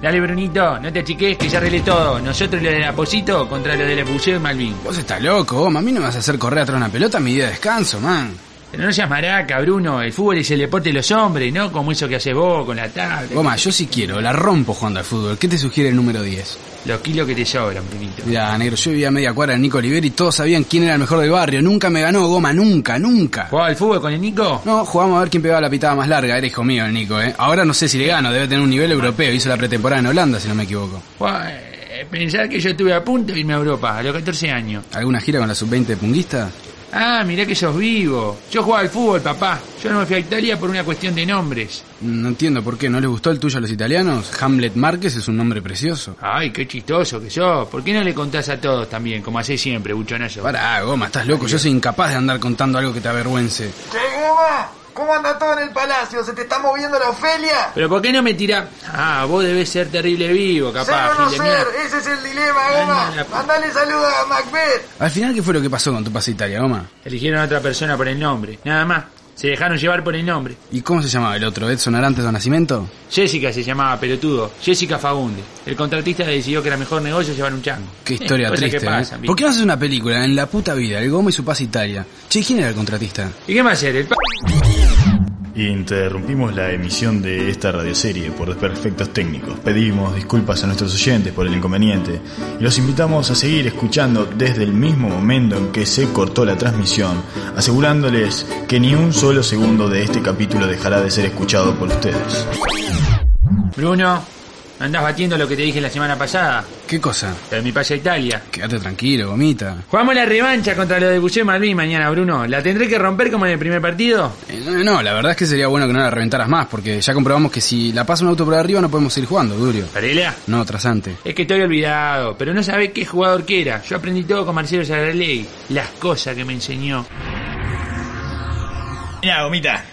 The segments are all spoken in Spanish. Dale, Brunito, no te achiques que ya arreglé todo. Nosotros lo del Aposito contra lo del Buceo y Malvin. Vos estás loco, Goma. A mí no me vas a hacer correr atrás de una pelota en mi día de descanso, man. Pero no seas maraca, Bruno. El fútbol es el deporte de los hombres, ¿no? Como eso que haces vos con la tabla. Goma, yo sí quiero. La rompo jugando al fútbol. ¿Qué te sugiere el número 10? Los kilos que te sobran, Brunito. Mirá, negro, yo vivía a media cuadra de Nico Oliveri y todos sabían quién era el mejor del barrio. Nunca me ganó, Goma. Nunca, nunca. ¿Jugaba al fútbol con el Nico? No, jugamos a ver quién pegaba la pitada más larga. Era hijo mío el Nico, ¿eh? Ahora no sé si le gano. Debe tener un nivel europeo. Hizo la pretemporada en Holanda, si no me equivoco. Jugaba, eh, Pensar que yo estuve a punto de irme a Europa a los 14 años. ¿Alguna gira con la sub-20 de Punguista? Ah, mirá que sos vivo. Yo jugaba al fútbol, papá. Yo no me fui a Italia por una cuestión de nombres. No entiendo por qué. ¿No les gustó el tuyo a los italianos? Hamlet Márquez es un nombre precioso. Ay, qué chistoso que sos. ¿Por qué no le contás a todos también, como hacés siempre, buchonazo? Pará, Goma, estás loco. Yo soy incapaz de andar contando algo que te avergüence. Che, Goma, ¿cómo anda todo en el palacio? ¿Se te está moviendo la Ofelia? Pero ¿por qué no me tirás? Ah, vos debés ser terrible vivo, Ser capaz, o no gil de mierda. ser, ese es el dilema, Anda la Goma. puta. Mandale saludos a Macbeth. Al final, ¿qué fue lo que pasó con tu pase a Italia, Goma? Eligieron a otra persona por el nombre. Nada más. Se dejaron llevar por el nombre. ¿Y cómo se llamaba el otro? ¿Edson Arantes de Nacimiento? Jessica se llamaba pelotudo. Jessica Fagunde. El contratista decidió que era mejor negocio llevar un chango. Qué Eh, historia cosas triste, que pasan, ¿eh? ¿viste? ¿Por qué no haces una película en la puta vida? El Goma y su pase a Italia. Che, ¿quién era el contratista? ¿Y qué más hacer? El pa- Interrumpimos la emisión de esta radioserie por desperfectos técnicos. Pedimos disculpas a nuestros oyentes por el inconveniente y los invitamos a seguir escuchando desde el mismo momento en que se cortó la transmisión, asegurándoles que ni un solo segundo de este capítulo dejará de ser escuchado por ustedes. Bruno, andás batiendo lo que te dije la semana pasada. ¿Qué cosa? En mi pase a Italia. Quédate tranquilo, Gomita. Jugamos la revancha contra lo de Bucé Malvin mañana, Bruno. ¿La tendré que romper como en el primer partido? Eh, No, no, la verdad es que sería bueno que no la reventaras más, porque ya comprobamos que si la pasa un auto por arriba no podemos ir jugando, Durio. ¿Tarela? No, trasante. Es que estoy olvidado, pero no sabés qué jugador que era. Yo aprendí todo con Marcelo Saraley. Las cosas que me enseñó. Mira, Gomita.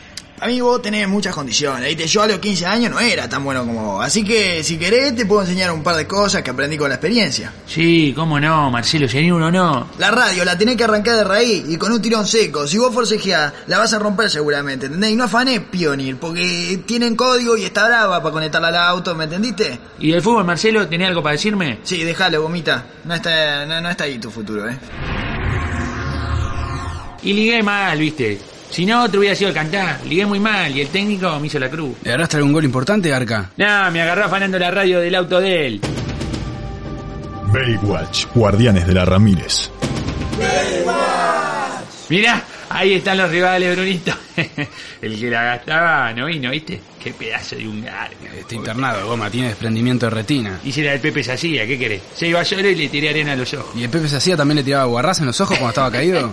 A mí vos tenés muchas condiciones, ¿viste? Yo a los 15 años no era tan bueno como vos. Así que, si querés, te puedo enseñar un par de cosas que aprendí con la experiencia. Sí, cómo no, Marcelo, sería uno no. La radio la tenés que arrancar de raíz y con un tirón seco. Si vos forcejeás, la vas a romper seguramente, ¿entendés? Y no afanés, Pioneer, porque tienen código y está brava para conectarla al auto, ¿me entendiste? ¿Y del fútbol, Marcelo, tenés algo para decirme? Sí, déjalo, gomita. No está, no, no está ahí tu futuro, ¿eh? Y ligué mal, viste. Si no, te hubiera sido el cantar. Ligué muy mal y el técnico me hizo la cruz. ¿Le harás algún gol importante, Arca? Nah, me agarró afanando la radio del auto de él. Baywatch, Guardianes de la Ramírez. Mirá, ahí están los rivales, Brunito. el que la gastaba no vino, viste. Qué pedazo de un garga. Está internado, Goma, tiene desprendimiento de retina. Hice la del Pepe Sacía, ¿qué querés? Se iba solo y le tiré arena a los ojos. ¿Y el Pepe Sacía también le tiraba guarrazo en los ojos cuando estaba caído?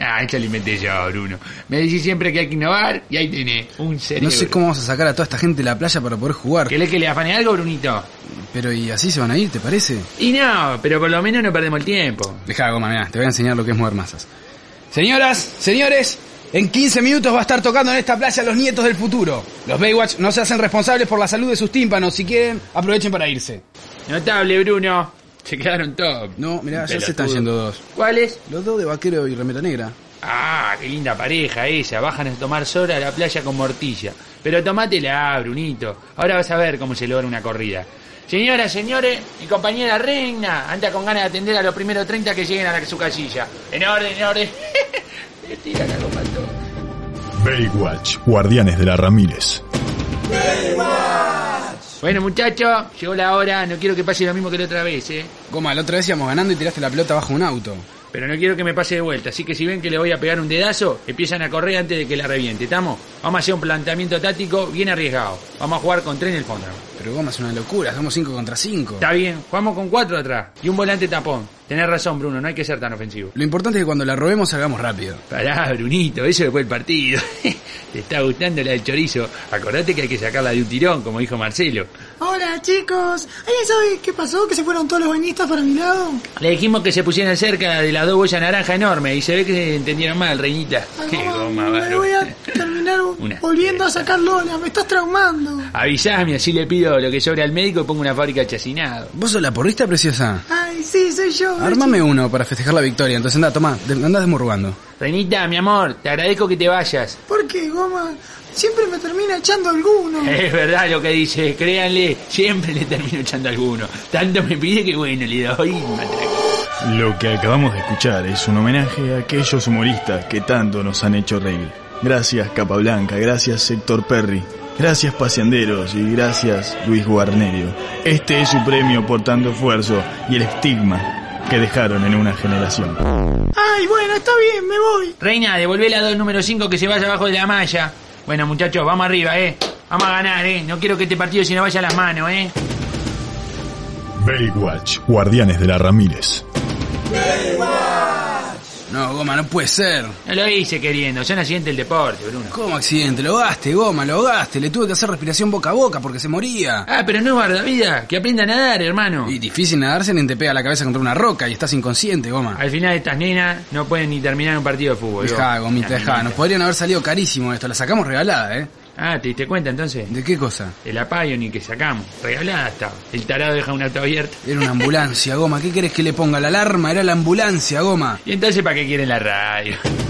ah, esto lo inventé yo, Bruno. Me decís siempre que hay que innovar y ahí tenés un cerebro. No sé cómo vamos a sacar a toda esta gente de la playa para poder jugar. ¿Querés que le afane algo, Brunito? Pero ¿y así se van a ir, te parece? Y no, pero por lo menos no perdemos el tiempo. Deja, Goma, mirá, te voy a enseñar lo que es mover masas. Señoras, señores, en 15 minutos va a estar tocando en esta playa los nietos del futuro. Los Baywatch no se hacen responsables por la salud de sus tímpanos. Si quieren, aprovechen para irse. Notable, Bruno. Se quedaron top. No, mirá, ya Pelotudo. se están yendo dos. ¿Cuáles? Los dos de vaquero y remeta negra. Ah, qué linda pareja esa. Bajan a tomar sola a la playa con mortilla. Pero tomátela, Brunito. Ahora vas a ver cómo se logra una corrida. Señoras, señores, mi compañera reina anda con ganas de atender a los primeros 30 que lleguen a la- su casilla. En orden, en orden. Le tiran a los patos. Baywatch, Guardianes de la Ramírez. Bueno, muchachos, llegó la hora. No quiero que pase lo mismo que la otra vez, ¿eh? Goma, la otra vez íbamos ganando y tiraste la pelota bajo un auto. Pero no quiero que me pase de vuelta, así que si ven que le voy a pegar un dedazo, empiezan a correr antes de que la reviente, ¿estamos? Vamos a hacer un planteamiento táctico bien arriesgado. Vamos a jugar con tres en el fondo. Pero Goma es una locura, somos 5 contra 5. Está bien, jugamos con cuatro atrás y un volante tapón. Tenés razón, Bruno, no hay que ser tan ofensivo. Lo importante es que cuando la robemos salgamos rápido. Pará, Brunito, eso después del partido. Te está gustando la del chorizo. Acordate que hay que sacarla de un tirón, como dijo Marcelo. Hola chicos, ¿alguien sabe qué pasó? ¿Que se fueron todos los bañistas para mi lado? Le dijimos que se pusieran cerca de las dos bollas naranja enormes y se ve que se entendieron mal, reinita. Ay, Qué mamá, goma, Me varón. voy a terminar Una volviendo a sacar Lola, me estás traumando. Avisame, así le pido lo que sobra al médico y pongo una fábrica de chacinado. ¿Vos sos la porrista preciosa? Ay, sí, soy yo. eh, Armame uno para festejar la victoria, entonces anda, toma, andás desmurrugando. Renita, mi amor, te agradezco que te vayas. ¿Por qué, goma? Siempre me termina echando alguno. Es verdad lo que dice, créanle, siempre le termino echando alguno. Tanto me pide que bueno, le doy un matraque. Lo que acabamos de escuchar es un homenaje a aquellos humoristas que tanto nos han hecho reír. Gracias Capablanca, gracias Héctor Perry, gracias Paseanderos y gracias Luis Guarnerio. Este es su premio por tanto esfuerzo y el estigma que dejaron en una generación. Ay, bueno, está bien, me voy. Reina, devolvé la 2 número 5 que se vaya abajo de la malla. Bueno, muchachos, vamos arriba, eh. Vamos a ganar, eh. No quiero que este partido se nos vaya a las manos, eh. Baywatch, Guardianes de la Ramírez. No, Goma, no puede ser. No lo hice queriendo, son accidentes del deporte, Bruno. ¿Cómo accidente? Lo gaste, Goma, lo gaste. Le tuve que hacer respiración boca a boca porque se moría. Ah, pero no es vida, que aprenda a nadar, hermano. Y difícil nadarse ni te pega la cabeza contra una roca y estás inconsciente, Goma. Al final estas nenas no pueden ni terminar un partido de fútbol. Dejá, vos. Gomita, Estas dejá. Nos nenitas. podrían haber salido carísimo esto. La sacamos regalada, ¿eh? Ah, ¿te diste cuenta entonces? ¿De qué cosa? El apayo ni que sacamos. Regalada estaba. El tarado deja un auto abierto. Era una ambulancia, Goma. ¿Qué querés que le ponga? La alarma era la ambulancia, Goma. ¿Y entonces para qué quieren la radio?